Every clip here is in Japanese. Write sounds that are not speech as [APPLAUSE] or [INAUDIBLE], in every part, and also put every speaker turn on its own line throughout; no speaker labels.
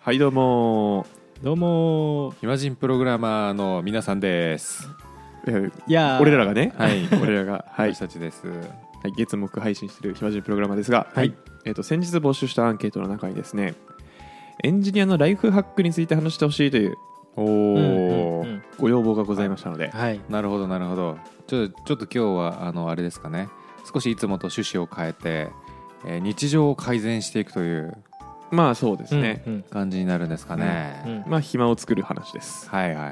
はいどうも
どうも
暇人プログラマーの皆さんです。
えー
いやー
俺らがね
はい
俺らが [LAUGHS] はい、
私たちです。
はい月木配信してる暇人プログラマーですが、
はい
えー、と先日募集したアンケートの中にですねエンジニアのライフハックについて話してほしいという
お
うん
お、
うんうん
ご要望がございましたので、
はい
なるほどなるほど。ちょちょっと今日はあのあれですかね。少しいつもと趣旨を変えて、えー日常を改善していくという
まあそうですね、
うん
感じになるんですかね。
うん
まあ暇を作る話です
はいはいは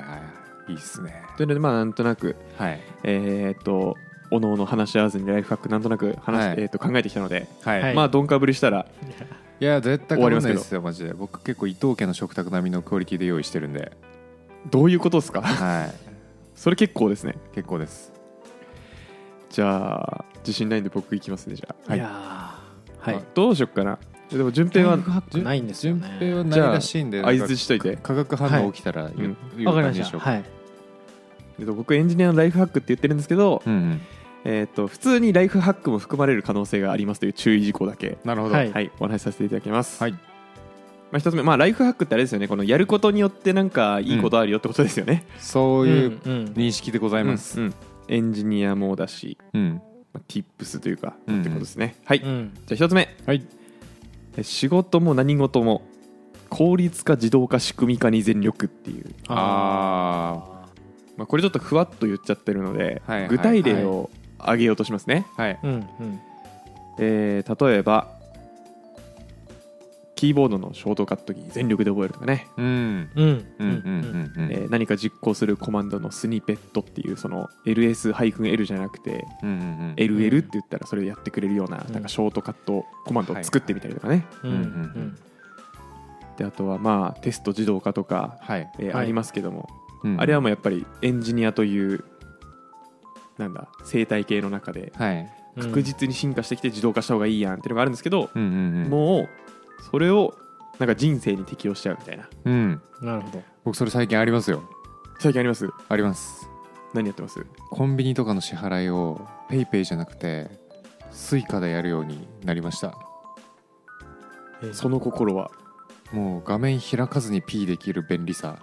い。いいっすね。
というのでまあなんとなく
はい
えーっとおのおの話し合わずにライフハックなんとなく話、
はい
えーっと考えてきたので、
はい。、
はいい
まあ鈍化ぶりしたら
や絶対
終わりま
変わ
すけ
んない
ど
ですよマジで。僕結構伊藤家の食卓並みのクオリティで用意してるんで。
どういうことですか [LAUGHS]
はい。
それ結構ですね
結構です。
じゃあ自信ないんで僕いきますねじゃあ
いや
ま
ーは
あ
い
どうしよっかなでも順平は
じゅないんですよね
順平はないらしいんで。
合図しといて、
化学反応起きたら言う言う
わかり
感
ま
じで
し
しょ
た
うか。
はい
えっと僕エンジニアのライフハックって言ってるんですけど、
うんうん。
えーっと普通にライフハックも含まれる可能性がありますという注意事項だけ、
なるほど。
はい
はい、お話しさせていただきます、
はい
まあ、一つ目、まあ、ライフハックってあれですよねこのやることによってなんかいいことあるよってことですよね、
そういう
うんうん
認識でございます。
うんうんエンジニアもだし、
うん。
まあ、tips というか、
うんうん
ってことですねはい、
う
じゃ
ん
あ一つ目
はい。
え仕事も何事も効率化自動化仕組み化に全力っていう、
あ
まあ、これちょっとふわっと言っちゃってるので、
はいはい
具体例を挙げようとしますね、
あ。はい。
ーうんうん
えー例えばキーボードのショートカットキー全力で覚えるとかね、
うん。
うん
うんうんうんうん。
えー何か実行するコマンドのスニペットっていうその LS-L じゃなくて
うんうんうん。
LL って言ったらそれでやってくれるような
うん
なんかショートカットコマンドを作ってみたりとかね、
うん
うん
うん
であとはまあテスト自動化とか、
はい。
えー
は
あ
い
りますけども、
うん
あれはもうやっぱりエンジニアというなんだ生態系の中で
はい。
うん
確実に進化してきて自動化した方がいいやんっていうのがあるんですけど、
うんうんうん。
もうそれをなんか人生に適用しちゃうみたいな
うん。
なるほど
僕それ最近ありますよ。
最近あります
あります。
何やってます
コンビニとかの支払いをペイペイじゃなくてスイカでやるようになりました。
えー
その心は
もう画面開かずに P できる便利さ。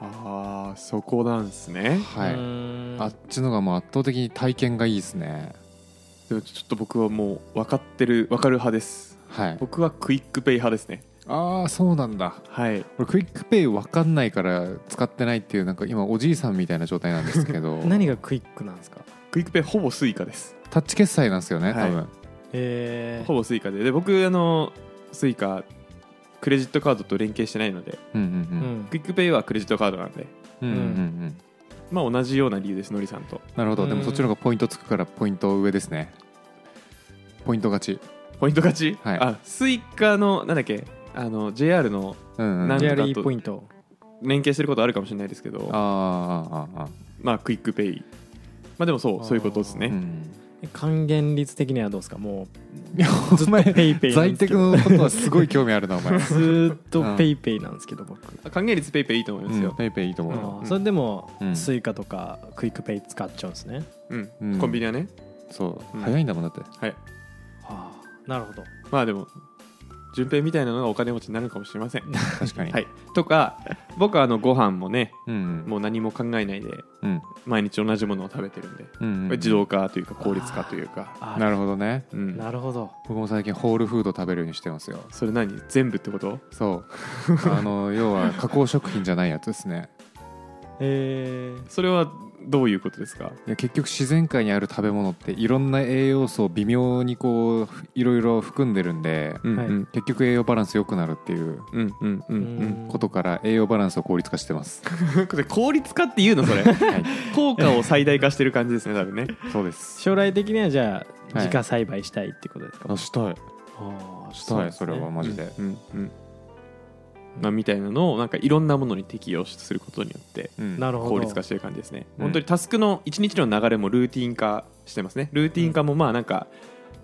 ああそこなんすね
は
う
い。
ーん
あっちのがもう圧倒的に体験がいいですね。
でもちょっと僕はもう分かってる分かる派です
はい。
僕はクイックペイ派ですね
ああそうなんだ。
はい
俺クイックペイわかんないから使ってないっていうなんか今おじいさんみたいな状態なんですけど
[LAUGHS] 何がクイックなんですか
クイックペイほぼスイカです
タッチ決済なんですよ
は
ね、
い
多分
え
ほぼスイカでで僕あのスイカクレジットカードと連携してないので
うん
ーう
うん
ん
クイックペイはクレジットカードなんで
うんうんうんうん
まあ同じような理由ですのりさんと
なるほどで
う
も
ん
そっちの方がポイントつくからポイント上ですねポイント勝ち
ポイント勝ち、
はい
あスイカのなんだっけあの JR の
うんうん
なんか
JRE ポイント
連携してることあるかもしれないですけど
あーあーあーあ
まあクイックペイまあでもそうそういうことです
ーう
ね
ん
還元率的にはどうですかも
いや
う
お
ずっと
前
ペイペイなん
在
ですけ
宅
ど
のことはすごい興味あるなお前
ずーっとペイペイなんですけど僕
還元率ペイペイいいと思います
うん
よ、
ペイペイいいと思うよ
あーそれでも
うん
スイカとかクイックペイ使っちゃうんですね
うん
うん
コンビニはね
そう
うん
早いんだもんだって
はい
はあなるほど
まあでも順平みたいなのがお金持ちになるかもしれませんは
確かに
いとか僕はあのご飯もね
うんうん
もう何も考えないで
うん
毎日同じものを食べてるんでこ
うんうん
れ自動化というか効率化というか
あ
なるほどね
うん
なるほど
僕も最近ホールフード食べるようにしてますよ
それ何全部ってこと
そうあの要は加工食品じゃないやつですね
えー
それはどういうことですか
いや結局自然界にある食べ物っていろんな栄養素を微妙にこうふいろいろ含んでるんで、
うんう
はい
ん
結局栄養バランス良くなるっていう
うんうんう
うん
ことから栄養バランスを効率化してます、
うんこれ効率化っていうのそれ
はい、
効果を最大化してる感じですね多分ね
そうです
将来的にはじゃあ
はい
自家栽培したいってことですか、
したい
ああし
そうそれはマジで、
うんうんまあみたいなのをなんかいろんなものに適用することによって
うん
なるほど
効率化してる感じですね、
うん
本当にタスクの一日の流れもルーティン化してますねルーティン化もまあなんか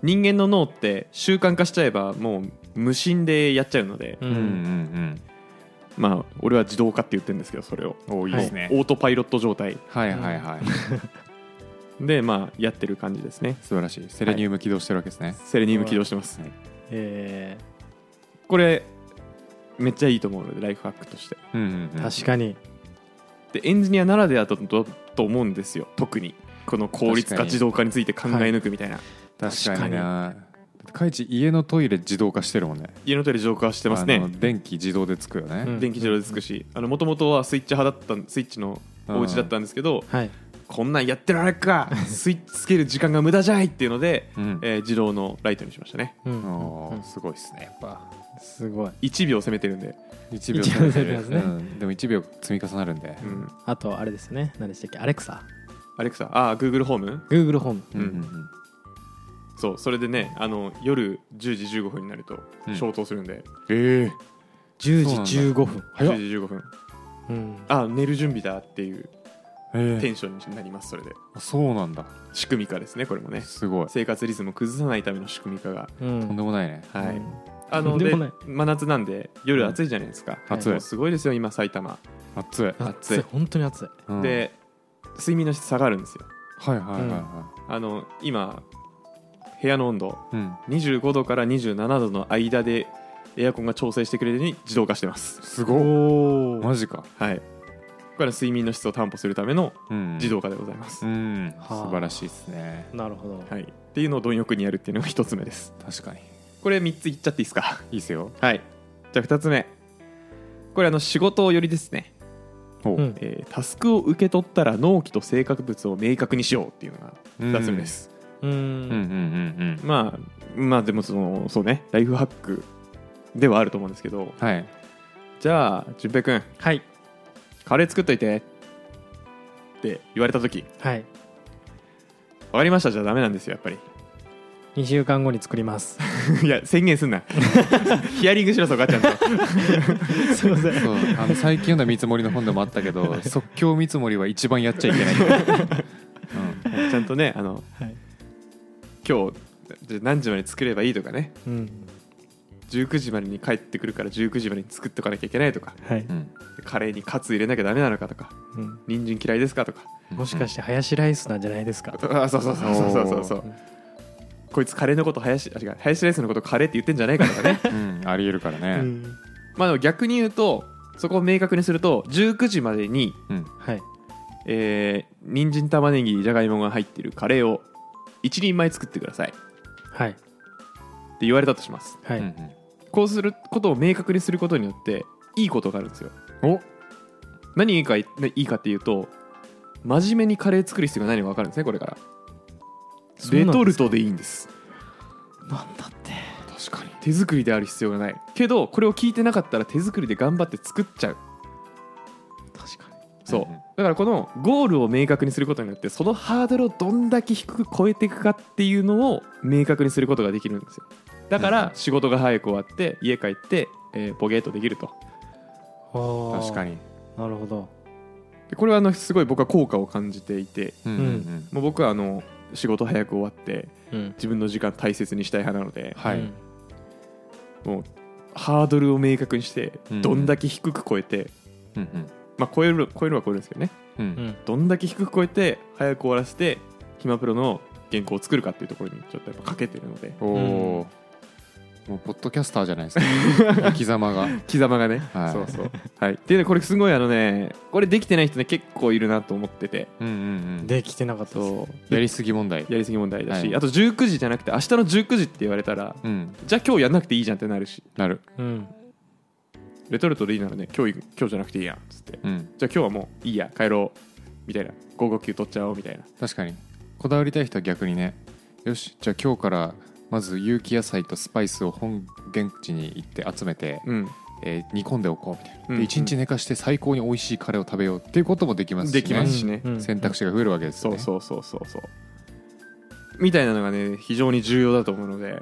人間の脳って習慣化しちゃえばもう無心でやっちゃうので、
う
うんうん
ん
まあ俺は自動化って言ってるんですけどそれを
うんおいい
は
で
い
すね、
オートパイロット状態
はい、はいはい
でまあやってる感じですね
素晴らしいセレニウム起動してるわけですね、
セレニウム起動してます
え
これめっちゃいいと思うのでライフハックとして
うんうんうん
確かに
でエンジニアならではだとと思うんですよ特にこの効率
確か
化
に
自動化について考え抜くみたいな、
確かになかいち家のトイレ自動化してるもんね
家のトイレ浄化してますね
あの電気自動でつくよね、
うん
電気自動でつくしもともとはスイッチ派だったんスイッチのお家だったんですけど、
はい
こんなんやってられっかスイッチつける時間が無駄じゃいっていうので、
うん
えー自動のライトにしましたね
うん
お
う
ー
ん
すごいですねやっぱ
すごい
1秒攻めてるんで、
1秒
一秒経ってますね
うんでも1秒積み重なるんで、
うん、
あとあれですね何でしたっけアレクサ
アレクサああ Google ホーム
Google ホーム
うんうん
そうそれでねあの夜10時15分になると
うん
消灯するんで、
ええ
10時15分
早っ
10時15分
うん
あ寝る準備だっていう
え
テンションになりますそれで
あそうなんだ
仕組み化ですねこれもね
すごい
生活リズムを崩さないための仕組み化が
うん
とんでもないね
は
う
い
ん
あの
とん
で
でもない
真夏なんで夜暑いじゃないですか、
暑
も
いう
すごいですよ今埼玉、
暑い、
暑
暑
い
い
本当に暑い
うん
で睡眠の質下がるんですよ
はいはいはいは
あの今部屋の温度
い、うん、
25度から27度の間でエアコンが調整してくれるように自動化してます
す
お
ごい
ー
マジか、
はいこれは睡眠の質を担保するための
うん、
自動化でございます、
うん
はあ
素晴らしいですね
なるほど
はい、っていうのを貪欲にやるっていうのが1つ目です
確かに
これ3ついっちゃっていいですか
いいっすよ
はいじゃあ2つ目これあの仕事寄りですね、
ほ
うん
えータスクを受け取ったら納期と成果物を明確にしようっていうのが2つ目です、
う
うんうん
ん
うん
まあまあでもそのそうねライフハックではあると思うんですけど
うんはい
じゃあ淳平君
はい
カレー作っといてって言われた時
はい
分かりましたじゃあダメなんですよやっぱり [LAUGHS]
2週間後に作ります
いや宣言すんな [LAUGHS] ヒアリングしろそこはちゃんと
すいません
そうあの最近読んだ見積もりの本でもあったけど即興見積もりは一番やっちゃいけない、う
[LAUGHS]
ん
ちゃんとねあの
はい
今日じゃあ何時まで作ればいいとかね
うん
19時までに帰ってくるから19時までに作っとかなきゃいけないとか
はい
うん
カレーにカツ入れなきゃダメなのかとか
うん
人参嫌いですかとか
もしか
し
してハヤシライスなんじゃないですか
あそうそうそうそうそうそうそうこいつカレーのこと林あ違う林ライスのことカレーって言ってんじゃないかとかね [LAUGHS]
て、うん、ありえるから
う
ね、
ん
まあでも逆に言うとそこを明確にすると19時までに
うん
はい
えー、人参玉ねぎじゃがいもが入ってるカレーを一人前作ってくださいって
はい
言われたとします
は
うん
い
こうすることを明確にすることによっていいことがあるんですよ
うんお
何がいいか,、ね、いいかっていうと真面目にカレー作る必要がないのが分かるんですねこれから
そう
レ
なんですか
トルトでいいんです
なんだって
確かに手作りである必要がないけどこれを聞いてなかったら手作りで頑張って作っちゃう
確かに
そう、
うんうん
だからこのゴールを明確にすることによってそのハードルをどんだけ低く超えていくかっていうのを明確にすることができるんですよだか
うん
ら
うん
仕事が早く終わって家帰って、えーポゲートできると
確か
に
に
なるほど
でこれはあのすごい僕は効果を感じていて
うんうんうん
もう僕はあの仕事早く終わって
うん
自分の時間大切にしたい派なので
はい、
うん
もうハードルを明確にして
うんうん
どんだけ低く超えて、
うん
まあ、超える超えるは超えるんですけどね
うん
う
うん
ん
どんだけ低く超えて早く終わらせて暇プロの原稿を作るかっていうところにちょっとやっぱかけてるので
おおー、もうポッドキャスターじゃないですか生き様が
貴様がね、
はい
そうそうはいっていうねこれすごいあのねこれできてない人ね結構いるなと思ってて
うんうんうん
できてなかったです
そう
やりすぎ問題
やりすぎ問題だし、
はい
あと19時じゃなくて明日の19時って言われたら
うん
じゃあ今日やんなくていいじゃんってなるし
なる
うん
レトルトでいいならね今日行く今日じゃなくていいやんっつってじゃ
うん
あ今日はもういいや帰ろうみたいな午後休取っちゃおうみたいな
確かにこだわりたい人は逆にねよしじゃあ今日からまず有機野菜とスパイスを本現地に行って集めて、
うん
えー煮込んでおこうみたいな、
うん
で1日寝かして最高に美味しいカレーを食べようっていうこともできますし、ね、
できますしね
うんうん
選択肢が増えるわけです
そ
よ
う
ねう
そうそうそうそうみたいなのがね非常に重要だと思うので、
んうんう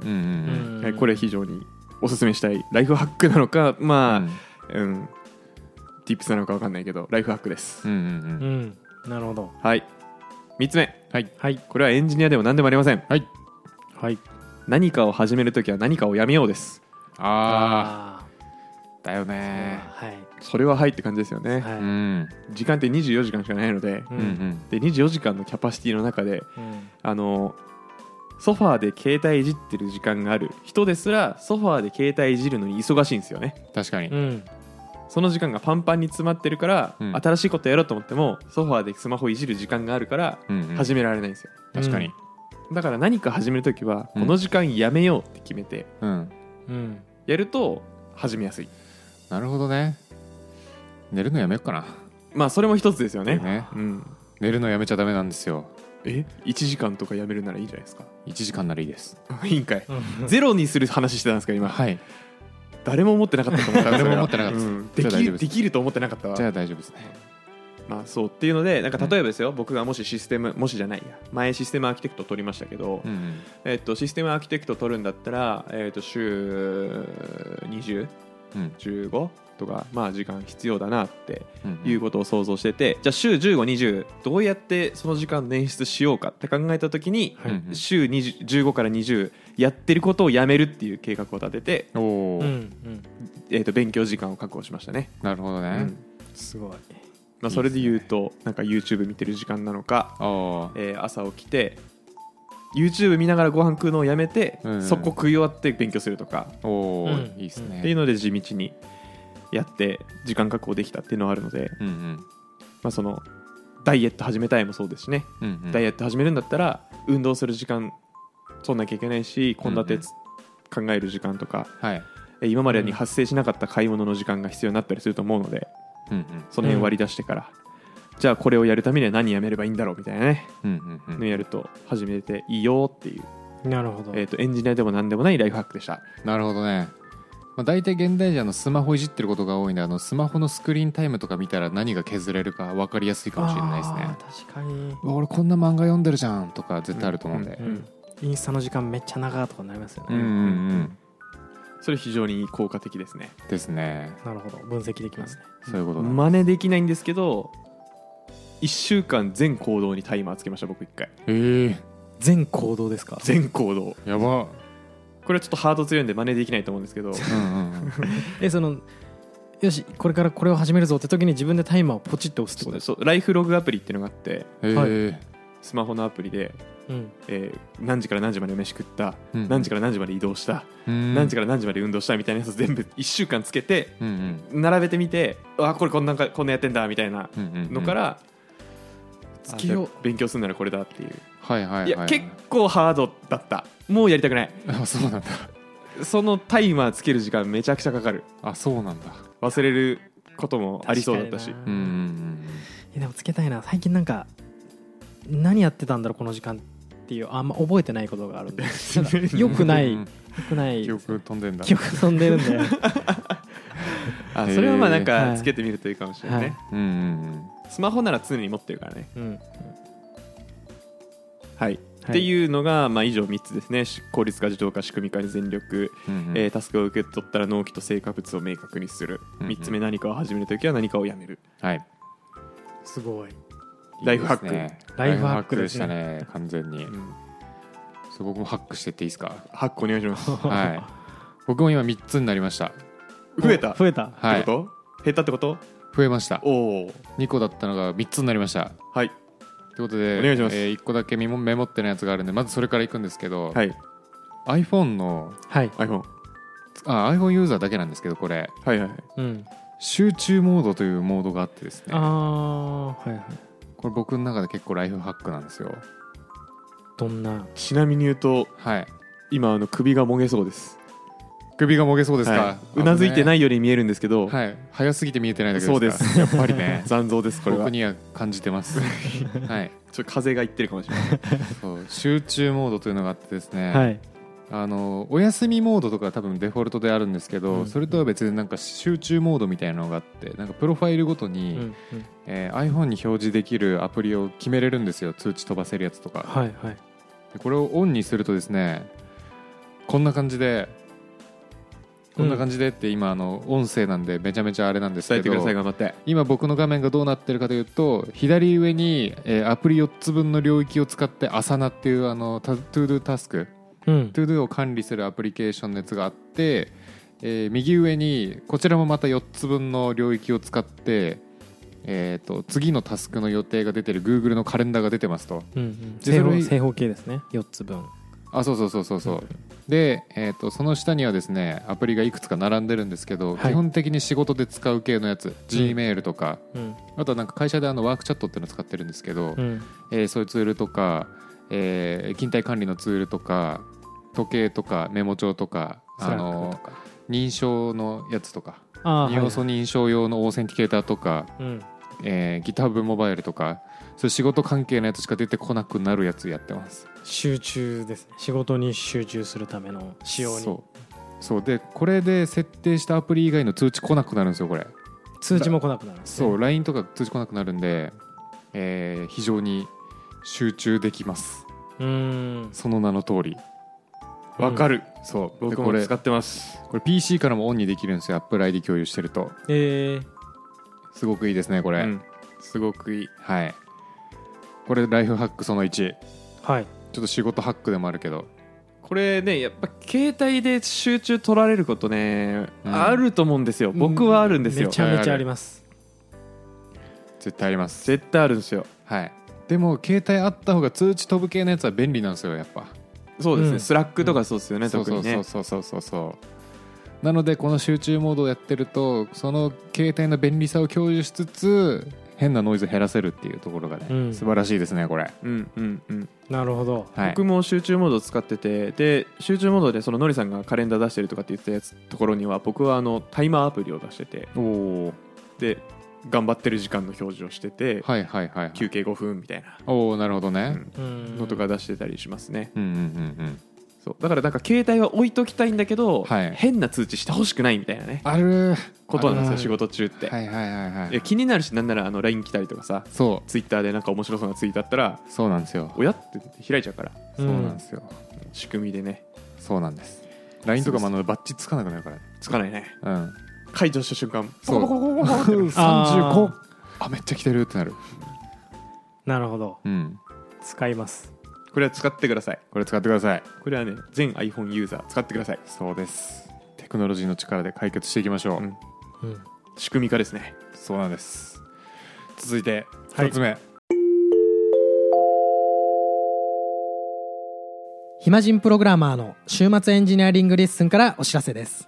ん、
うん
はいこれ非常におすすめしたいライフハックなのかまあうん、tips なのか分かんないけどライフハックです、
うんうんうん
うんなるほど
はい3つ目
はい
はい
これはエンジニアでも何でもありません
はい
はい
何かを始めるときは何かをやめようです
あ
あ
あだよ
あ
ね
はい
それははいって感じですよね、
はい
うん
時間って24時間しかないので
う
うんうんん
で24時間のキャパシティの中で
うん
あのソファーで携帯いじってる時間がある人ですらソファーで携帯いじるのに忙しいんですよね
確かに、
うん
その時間がパンパンに詰まってるから、
うん
新しいことやろうと思ってもソファーでスマホいじる時間があるから
うんうん
始められないんですよ、
確かに、
だから何か始めるときはこ
うん
の時間やめようって決めて
うん、
うん
やると始めやすい
なるほどね寝るのやめよっかな、
まあそれも一つですよね
ね、
うん
寝るのやめちゃダメなんですよ
え1時間とかやめるならいいじゃないですか
1時間ならいいです
[LAUGHS] いいんかい
うん
ゼロにする話してたんですけど今
はい
誰も思ってなかったと思う
誰も思ってなかったです
うんで
じゃ
き
あ大丈夫
る
です
できると思ってなかったわ
じゃあ大丈夫ですね
まあそうっていうのでなんか例えばですよ、僕がもしシステムもしじゃないや前システムアーキテクト取りましたけど、
うんうん
えっとシステムアーキテクト取るんだったら、えっと週2015
うん
とかまあ時間必要だなって
うんうん
いうことを想像しててじゃあ週1520どうやってその時間捻出しようかって考えた時に、
うんうん
週20 15から20やってることをやめるっていう計画を立てて、
おお、
うんうん
えー、と勉強時間を確保しましたね、
なるほどね、
うん
すごい
まあ、それで言うとなんか YouTube 見てる時間なのか、
ああ
えー朝起きて YouTube 見ながらご飯食うのをやめて、
うん
そこ食い終わって勉強するとか、
おお、
うん
いいですね、
っていうので地道にやって時間確保できたっていうのはあるので、
うんうん
まあ、そのダイエット始めたいもそうですしね
うんうん
ダイエット始めるんだったら運動する時間取んなきゃいけないし献立つ考える時間とか
はい、
え今までに発生しなかった買い物の時間が必要になったりすると思うので
うんうん
その辺割り出してから、じゃあこれをやるためには何やめればいいんだろうみたいなね
うんうんう
の
ん、
やると始めていいよっていう、
なるほど
えー、とエンジニアでも何でもないライフハックでした
なるほどね、まあ、大体現代人あのスマホいじってることが多いんであのスマホのスクリーンタイムとか見たら何が削れるか分かりやすいかもしれないですね
あー確かに
うわ俺こんな漫画読んでるじゃんとか絶対あると思うんで、
うんインスタの時間めっちゃ長いとかなりますよ
うん
ね、
うんうん
それ非常に効果的ですね
ですね
なるほど分析できますね
そういうことだ、
真似できないんですけど1週間全行動にタイマーつけました僕1回
えー、
全行動ですか
全行動
やば、
これはちょっとハード強いんで真似できないと思うんですけ
[LAUGHS]
ど
うんうんうん、
えそのよしこれからこれを始めるぞって時に自分でタイマーをポチッと押すって
そう
こと
で
ですす
そうライフログアプリっていうのがあって
えー
はい
スマホのアプリで、
うん
えー何時から何時まで飯食った、
うん
何時から何時まで移動した、
うん
何時から何時まで運動したみたいなやつ全部1週間つけて
うんうん
並べてみてあこれこんなんかこんなやってんだみたいな
うんうんうん
のから、
つ
あ
けよう
じゃあ勉強するならこれだっていう、
はいはいはい
いや、結構ハードだったもうやりたくない
あそうなんだ
そのタイマーつける時間めちゃくちゃかかる
あそうなんだ
忘れることもありそうだったし
確か
う
に
んう
なん
うん
いやでもつけたいな最近なんか何やってたんだろうこの時間っていうあんま覚えてないことがあるん
[LAUGHS]
でなんかよくない
うんう
よ
ん
くない
記憶飛んでんだ
記憶飛んでるん
[LAUGHS]
で
あそれはまあなん
へ
か
ー
つけてみるといいかもしれないね、
はい
うんうん
スマホなら常に持ってるからね
うん
はい、っていうのが、まあ、以上3つですねし効率化自動化仕組み化に全力、
うんうん
えータスクを受け取ったら納期と成果物を明確にする、
うんうん
3つ目何かを始めるときは何かをやめる
はい
すごい
ライフハック
いいですね
ライフハック
ラ
で
イでし
す
た
ね
ね完全に
うん
そう僕もハックしてっていいですか
ハックお願いし [LAUGHS] ます
はい僕も今3つになりました
増えたって
増えた
はい
こと、減ったってこと
増えました
おお
2個だったのが3つになりました
はい
ということで
お願いします
えー、1個だけメモメモってないやつがあるんでまずそれからいくんですけど、
はい
iPhone の
はい
iPhone
あ iPhone ユーザーだけなんですけどこれ
はいはいはい
うん
集中モードというモードがあってですね
あーはいはい
これ僕の中で結構ライフハックなんですよ
どんな
ちなみに言うと
はい
今あの首がもげそうです
首がもげそうですか、
はいうなずいてないいように見えるんですけど、
はい早すぎて見えてないだけ
そう
で
です
か
す
やっぱり [LAUGHS] ね
残像ですこれは
僕
ちょ
には感じてますはい
っと風がいってるかもしれない
そう集中モードというのがあってですね、
はい
あのお休みモードとか多分デフォルトであるんですけど、
うん
それとは別になんか集中モードみたいなのがあってなんかプロファイルごと
う
に、
んうん
えー iPhone に表示できるアプリを決めれるんですよ通知飛ばせるやつとか、
はいはい
でこれをオンにするとですねこんな感じでこんな感じでって今あの音声なんでめちゃめちゃあれなんです
伝えて
け
くだ
ど
さい頑張って
今僕の画面がどうなってるかというと左上に、えーアプリ4つ分の領域を使って「アサナっていうあのたトゥードゥタスク
うん
トゥードゥを管理するアプリケーションのやつがあって、えー右上にこちらもまた4つ分の領域を使って、えー、と次のタスクの予定が出てる Google のカレンダーが出てますと
うんうん
で
正
それ
方正方形ですね4つ分
あそうそうそうそうそうで、えー、とその下にはですねアプリがいくつか並んでるんですけど、
はい
基本的に仕事で使う系のやつ Gmail とか、
うん
あとはなんか会社であのワークチャットっていうの使ってるんですけど、
うん
えーそういうツールとか、えー勤怠管理のツールとか時計とかメモ帳とかあ
スラッ
の
クとか
認証のやつとか
あー
二要素認証用のオーセンティケーターとか、
はいうん
えー GitHub モバイルとかそういう仕事関係のやつしか出てこなくなるやつやってます
集中ですね仕事に集中するための仕様に
そうそうでこれで設定したアプリ以外の通知来なくなるんですよこれ
通知も来なくなるんですね
そう LINE とか通知来なくなるんで、えー非常に集中できます
うーん
その名の通り
うん
わかる、
そうで
僕
こ
も
れ
使ってます
これ PC からもオンにできるんですよ AppleID 共有してると
えー
すごくいいですねこ
う
れ、
んすごくいい
はいこれライフハックその1ちょ
はい
っと仕事ハックでもあるけど
これねやっぱ携帯で集中取られることね、
うん
あると思うんですよ僕はあるんですよ、
めちゃめちゃあります
絶対あります
絶対あるんですよ
はいでも携帯あった方が通知飛ぶ系のやつは便利なんですよやっぱ
そうですね、
うん
スラックとかそうですよね、
そう
特
そ
に
う
ね
そうそうそうそうそうなのでこの集中モードをやってるとその携帯の便利さを享受しつつ変なノイズ減らせるっていうところがね、
うん
素晴らしいですねこれ
うんうんうん、
なるほど
はい
僕も集中モードを使っててで集中モードでそのノリさんがカレンダー出してるとかって言ってたやつところには僕はあのタイマーアプリを出してて
おお
で頑張ってる時間の表示をしてて、
はいはいはい、はい、
休憩5分みたいな
おおなるほどね
う
の
のとか出してたりしますね、
うんうんうんうん
そうだからなんか携帯は置いときたいんだけど、
はい
変な通知してほしくないみたいなね
ある
ことなんです
あ
よ
る
仕事中って、
はいはいはいはい
え気になるしなんならあの LINE 来たりとかさ
そ
Twitter でなんか面白そうなツイートあったら
うそうなんですよ
おやって開いちゃうから
そうなんですよ
仕組みでね
そうなんです LINE とかもあのバッチつかなくなるからね
つかないね
うん
解除した瞬間
そう
ポコポコポコポコってなる
あー
35あめっちゃ来てるってなる
なるほど
うん
使います
これは使ってください
これ使ってください
これはね全 iPhone ユーザー使ってください
そうですテクノロジーの力で解決していきましょう、
うん
うん
仕組み化ですね
そうなんです続いて
はい
2つ目、
暇人プログラマーの週末エンジニアリングレッスンからお知らせです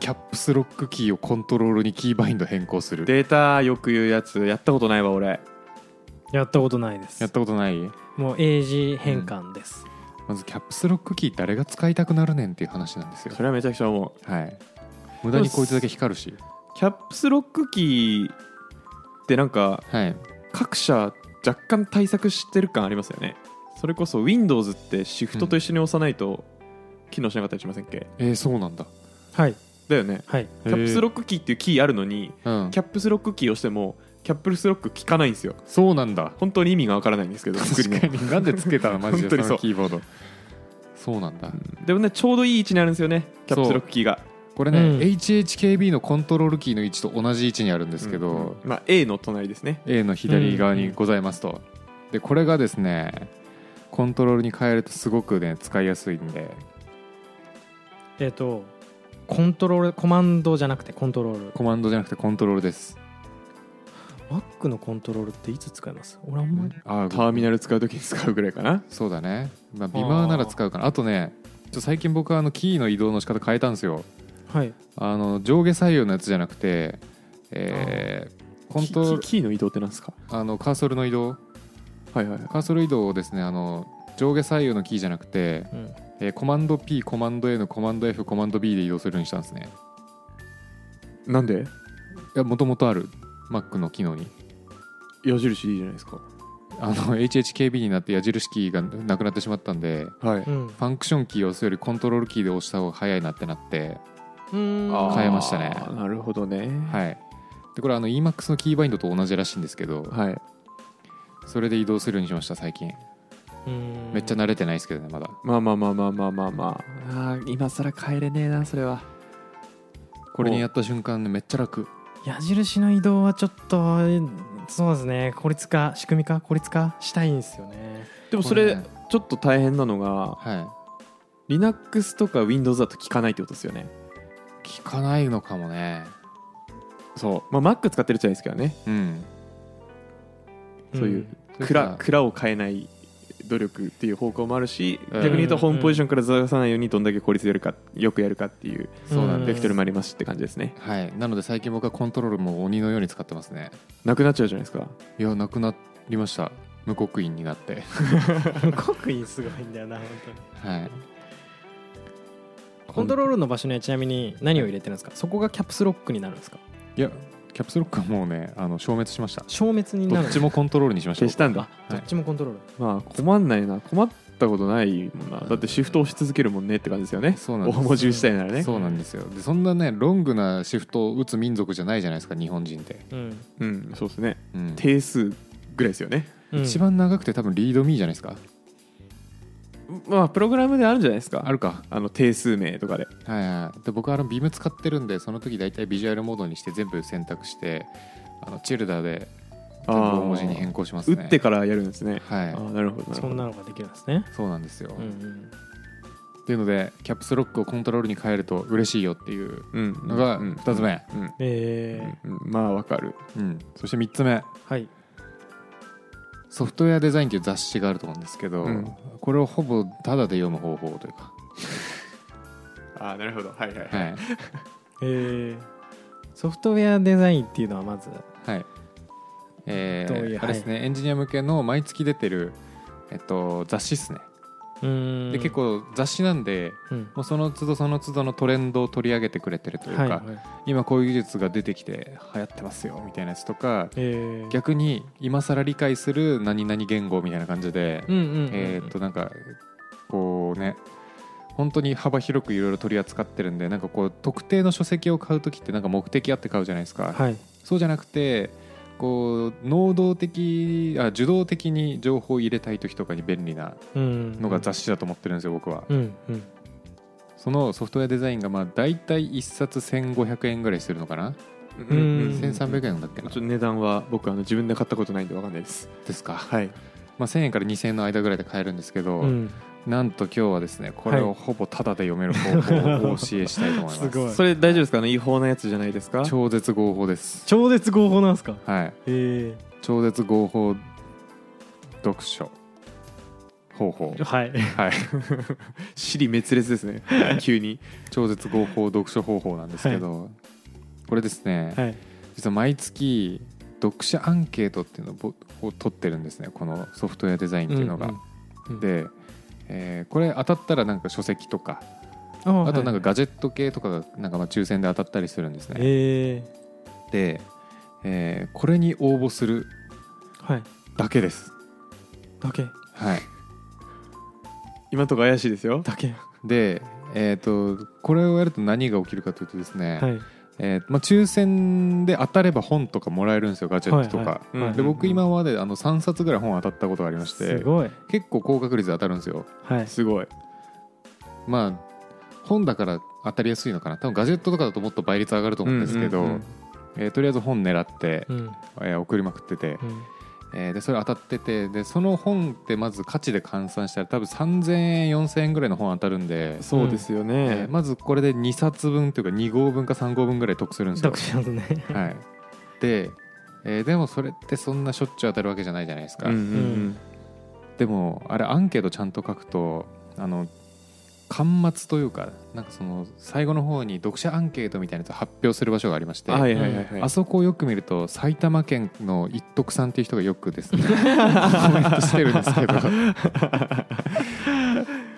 キャップスロックキーをコントロールにキーバインド変更する
データよく言うやつやったことないわ俺
やったことないです
やったことない
もう英字変換です、
まずキャップスロックキー誰が使いたくなるねんっていう話なんですよ
それはめちゃくちゃ思う
はい無駄にこいつだけ光るし
キャップスロックキーってなんか
はい
各社若干対策してる感ありますよねそれこそ Windows ってシフトと一緒に押さないと機能しなかったりしませんっけ、
えー、そうなんだ
はい
だよね
はい
キャップスロックキーっていうキーあるのに
うん
キャップスロックキーをしてもキャップスロック効かないんですよ
そうなんだ
本当に意味がわからないんですけど作り
確
の
かになんでつけたのマジ
[LAUGHS]
で
本当に
そ
そう
のキーボードそうなんだ
でもねちょうどいい位置にあるんですよねキャップスロックキーが
これね、
うん
HHKB のコントロールキーの位置と同じ位置にあるんですけど、
うんまあ、A の隣ですね
A の左側にございますと、でこれがですねコントロールに変えるとすごくね使いやすいんで
えっ、とコントロールコマンドじゃなくてコントロール
コマンドじゃなくてコントロールです、
Mac のコントロールっていつ使います俺あんまり
あ
ターミナ
ル
ル使う時に使うぐらいかな
そうだね、まあ、
ー
ビマーなら使うかなあとねちょっと最近僕はあのキーの移動の仕方変えたんですよ
はい
あの上下左右のやつじゃなくてえーコントロール
キキーの移動ってなんですか
あのカーソルの移動
はいはいはい
カーソル移動をですねあの上下左右のキーじゃなくて、
うん
えーコマンド P コマンド N コマンド F コマンド B で移動するようにしたんですね
なんで
いやもともとある Mac の機能に
矢印いいじゃないですか
あの [LAUGHS] HHKB になって矢印キーがなくなってしまったんで
はい、
うん
ファンクションキーを押すよりコントロールキーで押した方が早いなってなって
うん
あー
変えましたね
なるほどね
はいでこれあの EMAX のキーバインドと同じらしいんですけど
はい
それで移動するようにしました最近
うん
めっちゃ慣れてないですけどねまだ
まあまあまあまあまあまあまああー今更帰れねえなそれは
これにやった瞬間ねめっちゃ楽
矢印の移動はちょっとそうですね効率化仕組み化効率化したいんですよね
でもそ
これ
れ
ね
ちょっと大変なのが
は
Linux とか Windows だと効かないってことですよね、
い聞かないのかもねそう
まあ、Mac 使ってるじゃないですけどね
うん
そういう蔵蔵を変えない努力っていう方向もあるし
うん
逆に言うとホームポジションからずらさないようにどんだけ効率よりかよくやるかっていう
そうな
ん
んで
ベクトルもありますしって感じですね
はいなので最近僕はコントロールも鬼のように使ってますね
なくなっちゃうじゃないですか
いやなくなりました無刻印になって [LAUGHS]
無刻印すごいんだよな本当に
はい
コントロールの場所にはちなみに何を入れてるんですかそこがキャップスロックになるんですか
いやキャプスロックはもうねあの消滅しました
消滅に
ど
なる
っちもコントロールにしました
消したんだ
どっちもコントロール
まあ困んないな困ったことないもんなだってシフト押し続けるもんねって感じですよね
そうなん
大
です
文字打ちたいならね
そうなんですよでそんなねロングなシフトを打つ民族じゃないじゃないですか日本人って、
うん
うんそうですね
うん
定数ぐらいですよね
一番長くて多分リードミーじゃないですか
まあプログラムであるんじゃないですか
あるか
あの定数名とかで
はいはいで僕はあのビーム使ってるんでその時大体ビジュアルモードにして全部選択してあのチルダーで全部
あー
大文字に変更します
打
ね
ってからやるんですね
は
あ
い
ーなるほどるほど
そんなのができるんですね
そうなんですよ、
うんうん
っていうのでキャプスロックをコントロールに変えると嬉しいよっていう
うん
のが2つ目、
うんうん
えー
うんまあわかる
うんそして3つ目
はい
ソフトウェアデザインっていう雑誌があると思うんですけど、
うん
これをほぼタダで読む方法というか、
ああなるほどはいはい
はいい
えーソフトウェアデザインっていうのはまず
はいえー
どういう
あれですね、エンジニア向けの毎月出てる、えっと、雑誌ですね
うん
で結構雑誌なんで
うん
もうその都度その都度のトレンドを取り上げてくれてるというか、
はいはい
今こういう技術が出てきて流行ってますよみたいなやつとか
えー
逆に今更理解する何々言語みたいな感じで、
うんうんうんうん
えーっとなんかこうね本当に幅広くいろいろ取り扱ってるんでなんかこう特定の書籍を買う時ってなんか目的あって買うじゃないですか、
はい
そうじゃなくてこう能動的あ受動的に情報を入れたい時とかに便利なの
の
が雑誌だと思ってるんですよ僕は、
うんうん
そのソフトウェアデザインがまあ大体1冊1500円ぐらいするのかな、
うん
うん
1300円だっけ
ちょ
な
っと値段は僕あの自分で買ったことないんでわかんないです
ですか、
はい
まあ、1000円から2000円の間ぐらいで買えるんですけど、
うん
なんと今日はですねこれ
は
を
い
ほぼタダで読める方法をお教えしたいと思います
[LAUGHS] すごい
それ大丈夫ですかあの違法なやつじゃないですか
超絶合法です
超絶合法なんですか
はい
え
超絶合法読書方法
えはい
はい
尻滅裂ですね急に
超絶合法読書方法なんですけど、これですね、
はい
実は毎月読者アンケートっていうのをぼを取ってるんですねこのソフトウェアデザインっていうのが、
うんうん
で、えーこれ当たったらなんか書籍とか
あ
あとなん
か
かガジェット系とかがなんかまあ抽選で当たったりするんですね、
ええ
で、えーこれに応募する
はい
だけです
だけ
はい
今のとこ怪しいですよ
だけ
でえー、とこれをやると何が起きるかというとですね、
はい
えーまあ、抽選で当たれば本とかもらえるんですよガジェットとか、
はいはい
うん
で僕今まであの3冊ぐらい本当たったことがありまし
す
て
ごい
結構高確率で当たるんですよ
はい
すごい
まあ本だから当たりやすいのかな多分ガジェットとかだともっと倍率上がると思うんですけど、
うんうんうん
えーとりあえず本狙って、
うん
えー送りまくってて
う、ん
えーでそれ当たっててでその本ってまず価値で換算したら多分3000円4000円ぐらいの本当たるんで、
そうですよ
え
ね
ーまずこれで2冊分というか2号分か3号分ぐらい得するんですよ
読。書ですね
はい、で、えーでもそれってそんなしょっちゅう当たるわけじゃないじゃないですか、
うんうん
でもあれアンケートちゃんと書くとあの端末というかなんかその最後の方に読者アンケートみたいなやつを発表する場所がありまし
う
て、
んはいはいはいは
あ
い
そこをよく見ると埼玉県の一徳さんっていう人がよくですねコメントしてるんですけど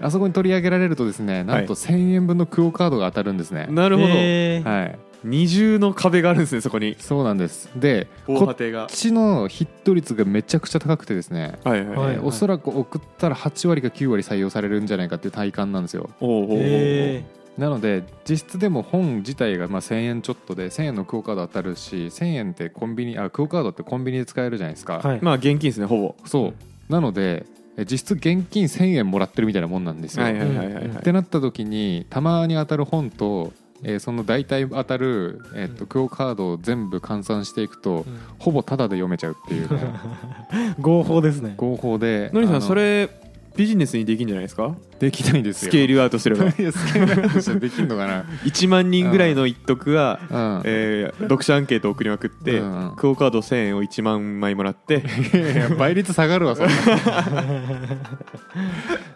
あそこに取り上げられるとですねなんと1000円分のクオ・カードが当たるんですね、
なるほど
えー
はい
二重の壁があるんですねそこに
そうなんですで
防波堤が
こっちのヒット率がめちゃくちゃ高くてですね、
はいはい
は
はいい
えーおそらく送ったら8割か9割採用されるんじゃないかっていう体感なんですよ
おうおうおうおう
え
なので実質でも本自体がまあ1000円ちょっとで1000円のクオ・カード当たるし1000円ってコンビニあクオ・カードってコンビニで使えるじゃないですか、
ーはい
まあ現金ですねほぼ
そうなのでえ実質現金1000円もらってるみたいなもんなんですよ。
はいはいはいはい、
うん
は
っ
い
てなった時にたまに当たる本と、えーその大体当たる、えー、とクオ・カードを全部換算していくと、
うん
ほぼタダで読めちゃうっていうね
合法ですね
[LAUGHS] 合法で
のりさ
あ
んそれビジネスにできんじゃないですか
できないんですよ
スケールアウトす [LAUGHS] れば
いやスケールアウトしたらできるのか [LAUGHS] な
1万人ぐらいの一徳が、
うん
えー読者アンケートを送りまくって、
うん
クオ・カード1000円を1万枚もらって
いやいや倍率下がるわそんな [LAUGHS]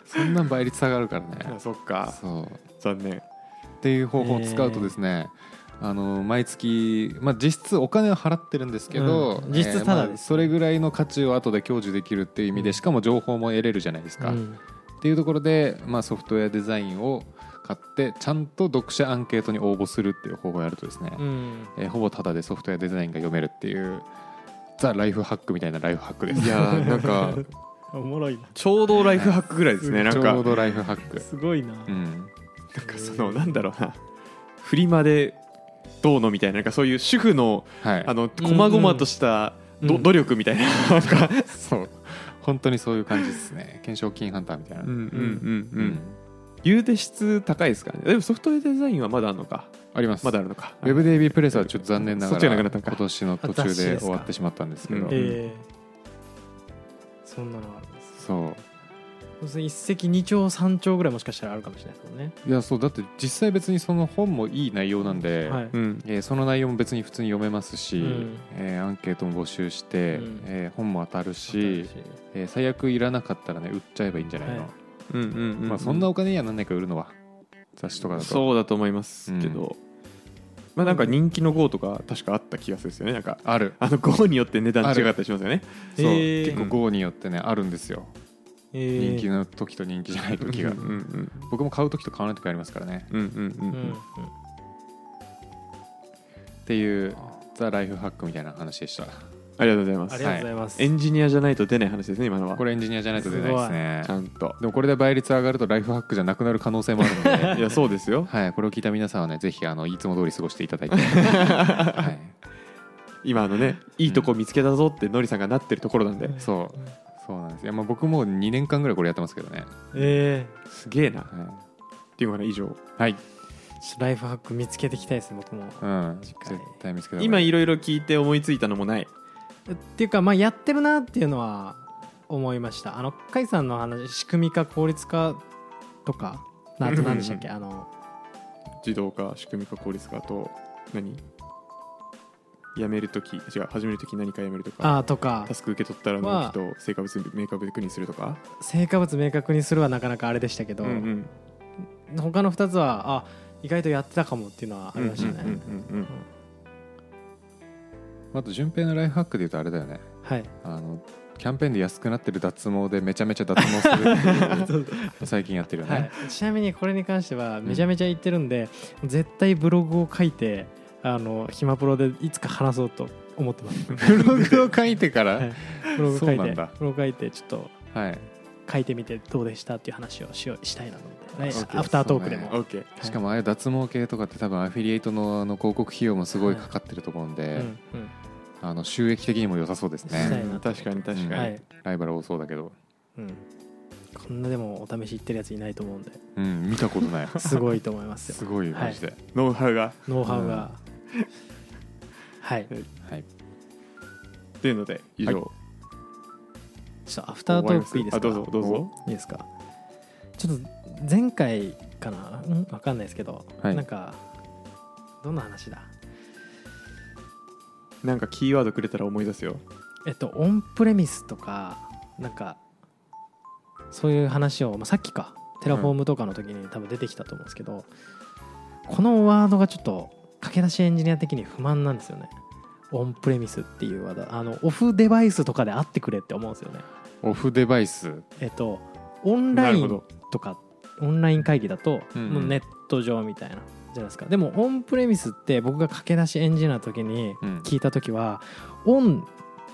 そんなん倍率下がるからね
[LAUGHS] そっか
そう
残念
っていう方法を使うとですね、あの毎月、まあ、実質お金は払ってるんですけど、
うん実質タダです
えーまあそれぐらいの価値を後で享受できるっていう意味で、しかも情報も得れるじゃないですか、
う
っ
ん
ていうところで、まあ、ソフトウェアデザインを買ってちゃんと読者アンケートに応募するっていう方法をやるとですね、
うん
えーほぼタダでソフトウェアデザインが読めるっていうザ・ライフハックみたいなライフハックです
いや [LAUGHS] ーなんか
おもろいな
ちょうどライフハックぐらいですねなん
ち
か
ょうどライフハック、
すごいな
うん、
なんかそのなんだろうなフリマでどうのみたいななんかそういう主婦の
はい
あの細々としたど、
うん
努力みたいななんか
そう本当にそういう感じですね懸賞金ハンターみたいな、
うんうんうん
う
うんん言うて質高いですからねでもソフトウェアデザインはまだあるのか
あります
まだあるのか
ウェブデイビープレスはちょっと残念なが
そっち
ら
がなくなったのか
今年の途
あ雑誌で
中
す
で
か
終わってしまったんですけど、
うん
ええそんなのあるんです
そ
そうですね一石二鳥三鳥ぐらいもしかしたらあるかもしれないですもんね、
ういやそうだって実際別にその本もいい内容なんで、
はい、
うん
えーその内容も別に普通に読めますし、
うん
えーアンケートも募集して、
うん
えー本も当たるし
新しい
えー最悪いらなかったらね売っちゃえばいいんじゃないの、
はい
うんうんうん、
まあ、そんなお金にはなんないから売るのは雑誌とかだと
そうだと思いますけど、まあなんか人気の GO とか確かあった気がするんですよねなんか
ある
あの GO によって値段違ったりしますよね
そう、
えー
結構 GO によってねあるんですよ、
え
人気
な
の時と人気じゃない時が
うんうん
僕も買う時と買わない時ありますからね
うんうんうんう
うん
ん
っていうザ・ライフハックみたいな話でした
ありがとうございま
あ
す
りがとうございます、
エンジニアじゃないと出ない話ですね今のは
これエンジニアじゃないと出ないですね
ちゃんと
でもこれで倍率上がるとライフハックじゃなくなる可能性もある [LAUGHS] ので
いやそうですよ
はいこれを聞いた皆さんはねぜひあのいつも通り過ごしていた [LAUGHS] だいて、は
今あのねいいとこ見つけたぞってノリさんがなってるところなんで、
い、そうそうなんですいやまあ僕も2年間ぐらいこれやってますけどね
ええ
すげえなっ
は
ていうのが以上
い、はい
ちょっとライフハック見つけていきたいですね僕も
うん、
次
絶
回
対見つけた方
今
がいい
いろいろ聞いて思いついたのもない
っていうかまあやってるなっていうのは思いましたあの甲斐さんの話仕組み化効率化とかあと何でしたっけあの
自動化仕組み化効率化と何やめるとき違う始めるとき何かやめるとか
あーとか
タスク受け取ったら納期と成果物明確で確認するとか、
成果物明確にするはなかなかあれでしたけど、
うんうん
他の2つはあ意外とやってたかもっていうのはありましたね、
うんうんうんうん
あと順平のライフハックで言うとあれだよね
はい
あのキャンペーンで安くなってる脱毛でめちゃめちゃ脱毛する [LAUGHS] っていう最近やってるよね、
はい、ちなみにこれに関してはめちゃめちゃ言ってるんで、絶対ブログを書いてあの暇プロでいつか話そうと思ってます
ブログを書いてから、
はいブログ書
そう
い
なん
て
だ
ブログ書いてちょっと
はい、
書いてみてどうでしたっていう話をしようしたいなと思って、来
OK
アフタートークでも、
そう
オッケー
はい
しかもああいう脱毛系とかって多分アフィリエイトのあの広告費用もすごいかかってると思うんで、
うんうん
あの収益的にも良さそうです
した
ね
いなと
確かに確かに、
は、
はいライバル多そうだけど
うん、こんなでもお試し行ってるやついないと思うんで
うん見たこと
[LAUGHS]
ない
すごいと思いますよ
すごいマジで、
ノウハウが
ノウハウが、はい
はい、
っていうので以上、
は
ちょっとアフタートークいいですか
あどうぞどうぞ
いいですかちょっと前回かな、うん、わかんないですけど、
はい
なんかどんな話だ
なんかキーワードくれたら思い出すよ
えっとオンプレミスとかなんかそういう話を、まあ、さっきかテラフォームとかの時に多分出てきたと思うんですけど、このワードがちょっと駆け出しエンジニア的に不満なんですよねオンプレミスっていうワードあのオフデバイスとかであってくれって思うんですよね
オフデバイス
えっとオン
な
ラ
る
イ
ほ
ン
ど
とかオンライン会議だと、
うんうん
もうネット上みたいなじゃないですかでもオンプレミスって僕が駆け出しエンジニアの時に
うん
聞いた時は、オン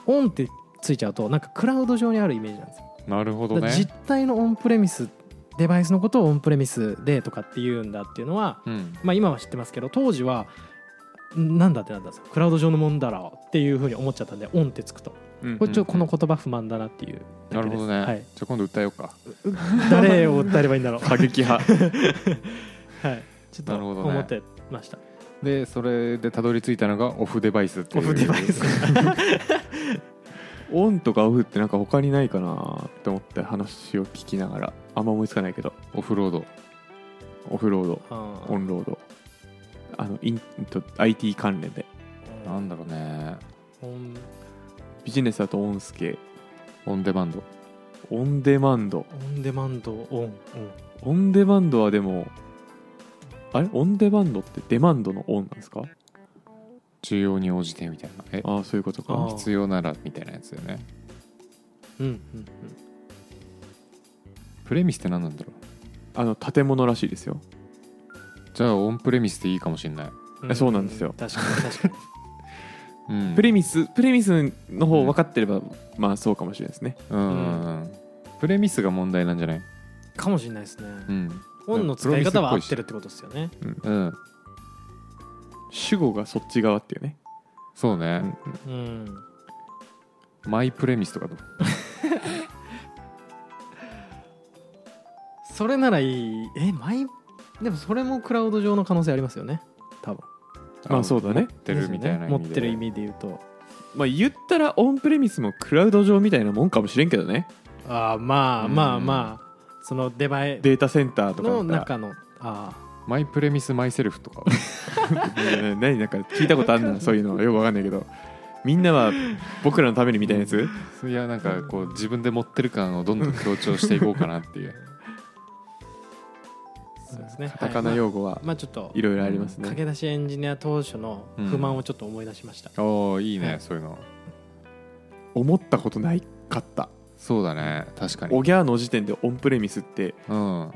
オンってついちゃうとなんかクラウド上にあるイメージなんですよ、
なるほど
だから
ね
実体のオンプレミスデバイスのことをオンプレミスでとかっていうんだっていうのは、
うん
まあ、今は知ってますけど当時はんなんだってなったんですよクラウド上のもんだろうっていうふうに思っちゃったんでオンってつくと
うん
これちょっとこの言葉不満だなっていう
な
だけ
る
です
ほどね、
はい
じゃあ今度訴えようか
誰を訴えればいいんだろう
過激派
[LAUGHS] はいちょっと
なるほどね
思ってました、
でそれでたどり着いたのがオフデバイスっていう
オフデバイス
オンとかオフってなんか他にないかなって思って話を聞きながらあんま思いつかないけど
オフロード
オフロード
あー
オンロードあのインと IT 関連で
なんだろうね
うん
ビジネスだとオンスケ
オンデマンド
オンデマンド
オンデマンドオン、うん、
オンデマンドはでもあれオンデマンドってデマンドのオンなんですか
需要に応じてみたいなえ
ああそういうこと
あ
か
ー
必要ならみたいなやつだよね
うんうん
プレミスって何なんだろう
あの建物らしいですよ
じゃあオンプレミスでいいかもしれない
うん
えそうなんですよ
確かに確か
うん
プレミスプレミスの方分かってれば、まあそうかもしれないですね
うんうんうんプレミスが問題なんじゃない
にかもしれないですね、
うん
オンの使い方は合ってるってことですよね
うん
主語がそっち側っていうね、
そう
う
ね
ん、うん
うん
マイプレミスとかどう
それならいいえマイでもそれもクラウド上の可能性ありますよね多分
まあそうだね
持ってるみたいな
持ってる意
味
味で言うと
まあ言ったらオンプレミスもクラウド上みたいなもんかもしれんけどね
ああまあ
うん
まあまあそのデバイ
データセンターとかだ
の
ったら
中のあ
でマイプレミスマイセルフとか [LAUGHS]
ね何なんか聞いたことあるなそういうのよくわかんないけどみんなは僕らのためにみたいなやつ
いやなんかこう自分で持ってる感をどんどん強調していこうかなっていう
あそうですね
カタカナ
はい
用語は
まあまあちょっと
いろいろありますね
駆け出しエンジニア当初の不満をちょっと思い出しました、
おおいいね、
はい
そういうの
思ったことないかった
そうだね確かに
おぎゃーの時点でオンプレミスって
うん、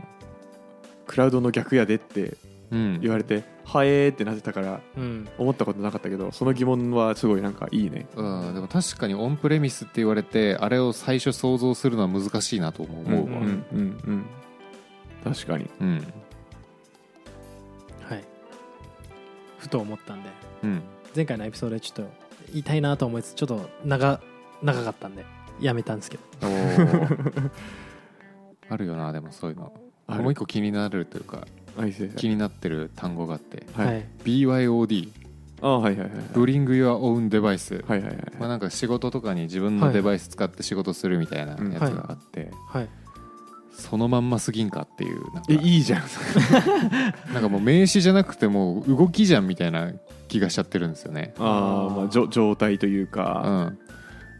クラウドの逆やでって
うん、
言われてはえーってなってたから
うん
思ったことなかったけどその疑問はすごいなんかいいね
うん、でも確かにオンプレミスって言われてあれを最初想像するのは難しいなと思うわ、
う
うんん
うんうんうん確かに
うん
はいふと思ったんで
うん
前回のエピソードでちょっと言いたいなと思いつつちょっと長長かったんでやめたんですけど
おーあるよなでもそういうの
あ
もう一個気になるというか
あいいですね
気になってる単語があって
はい
はい
BYOD
あーはいはいはい
Bring Your Own Device、
はいはいはい
まあ、なんか仕事とかに自分のデバイス使って仕事するみたいなやつがあって、
はい
そのまんますぎんかっていうなんか
えいいじゃん
なんかもう名詞じゃなくてもう動きじゃんみたいな気がしちゃってるんですよね、
[LAUGHS] あーまあじょ状態という
う
か
ん、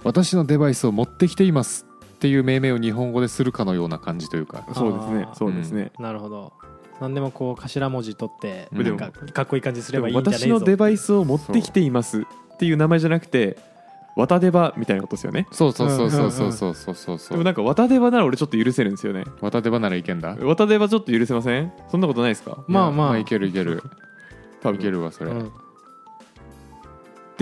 私のデバイスを持ってきていますっていう命名を日本語でするかのような感じというか
そうですね
あー
そうですね
なるほど何でもこう頭文字取って
うん
なんかかっこいい感じすればいいんじゃねえ
私
ぞ
のデバイスを持ってきていますっていう名前じゃなくて「わたデバ」みたいなことですよね
そうそうそうそうそうそうそうそうそ
で
う
もなんか「わたデバ」なら俺ちょっと許せるんですよね
渡手離れいけんだ
「わたデバ」ちょっと許せませんそんなことないですか
まあまあ
いやいけるいける
多
い
分
けるわそれ、
うん
っ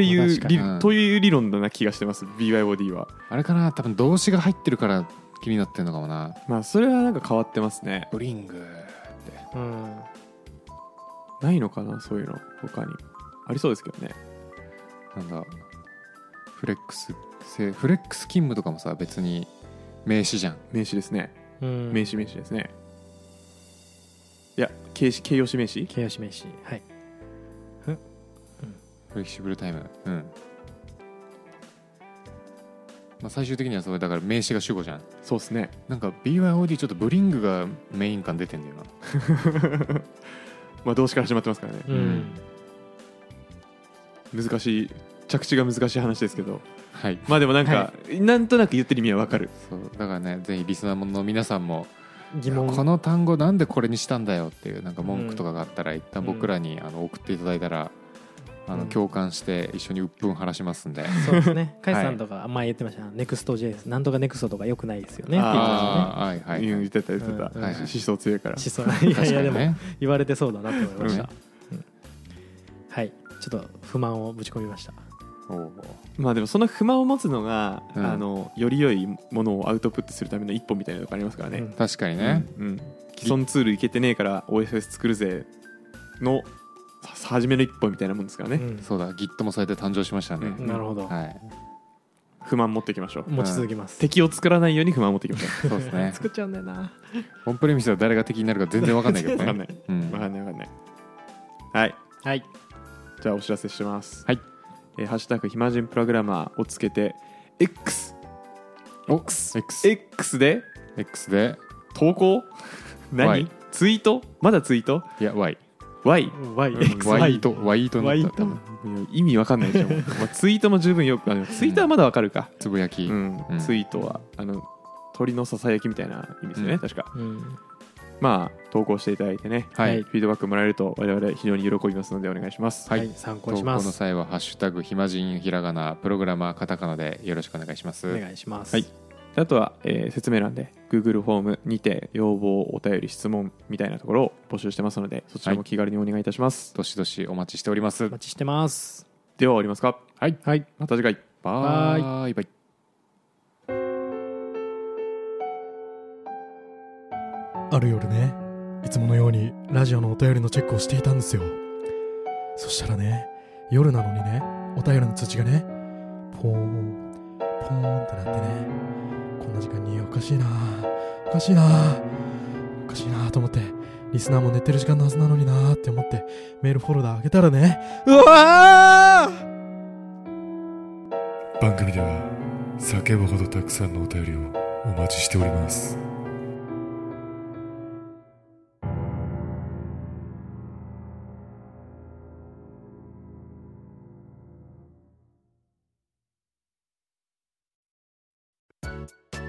ていう
確か
理
にうん
という理論だな気がしてます BYOD は
あれかな多分動詞が入ってるから気になってんのかもな
まあそれはなんか変わってますね
ブリング
うん
ないのかなそういうの他にありそうですけどね
なんだフレックスせフレックス勤務とかもさ別に名詞じゃん
名詞ですね
うん
名詞名詞ですねいや形詞形容詞名詞
形容詞名詞はい
フレキシブルタイムうんまあ最終的にはそれだから名詞が主語じゃん
そうですね
なんか BYOD ちょっとブリングがメイン感出てんだよな
まあ動詞から始まってますからね
う
うん
ん
難しい着地が難しい話ですけど
はい
まあでもなんか、なんとなく言ってる意味はわかる
そうだからねぜひリスナーの皆さんも
疑問
この単語なんでこれにしたんだよっていうなんか文句とかがあったら一旦僕らにあの送っていただいたらあの
うん
共感して一緒に鬱憤晴らしますんで
そうで
[LAUGHS]
すね甲斐さんとか前言ってましたネクスト JS なんとかネクストとかよくないですよねって言ってま
あ
ああはいはい
言ってた言ってた、
うん
はいはい
思想強いから
したね思想いやい
確か
やで
に
も
ね
言われてそうだなと思いました
ね
はいちょっと不満をぶち込みました
おう
まあでもその不満を持つのが、
うん
あのより良いものをアウトプットするための一歩みたいなとこありますからね、
うん
確かにね
うん、既存ツールいけてねえから OSS 作るぜのさ初めの一歩みたいなもんですからね、
うん
そうだ Git もそうやって誕生しましたね
うん
なるほど
はい
不満持っていきましょう
持ち続けます、
敵を作らないように不満持っていきましょ
そうですね
作っちゃうんだよな
オンプレミスは誰が敵になるか全然わかんないけ
う
ど
分かんな
[LAUGHS] ね
い
うん
分かんない分かんないはい
はい
じゃあお知らせします
はい
えーハッシュタグ暇人プログラマー」をつけて X
X X
X で
X で
投稿 [LAUGHS] 何、
Y
ツイートまだツイート
いや Y
?Y
Y
Y と Y となった多分
意味わかんないでしょ、まあ、ツイートも十分よくあのツイートはまだわかるか、
つぶやき、
うん
うん
ツイートはあの鳥のささやきみたいな意味ですよね、
うん
確か
うん
まあ投稿していただいてね、
はい、
はい
フィードバックもらえると我々非常に喜びますのでお願いします、
はい参考
投
に
稿
しま
の
す
際は「ハッシュタグひまじんひらがなプログラマーカタカナ」でよろしくお願いします
お願いします
はいあとは、えー説明欄で Google フォームにて要望お便り質問みたいなところを募集してますのでそちらも気軽にお願いいたします、
どしどしお待ちしております
お待ちしてます
では終わりますか
はい
はい
また次回
バ
バ
イバイ
ある夜ねいつものようにラジオのお便りのチェックをしていたんですよそしたらね夜なのにねお便りの通知がねポーンポーンってなってねこんな時間におかしいなおかしいなおかしいなと思ってリスナーも寝てる時間のはずなのになって思ってメールフォルダ開けたらねうわー番組では叫ぶほどたくさんのお便りをお待ちしております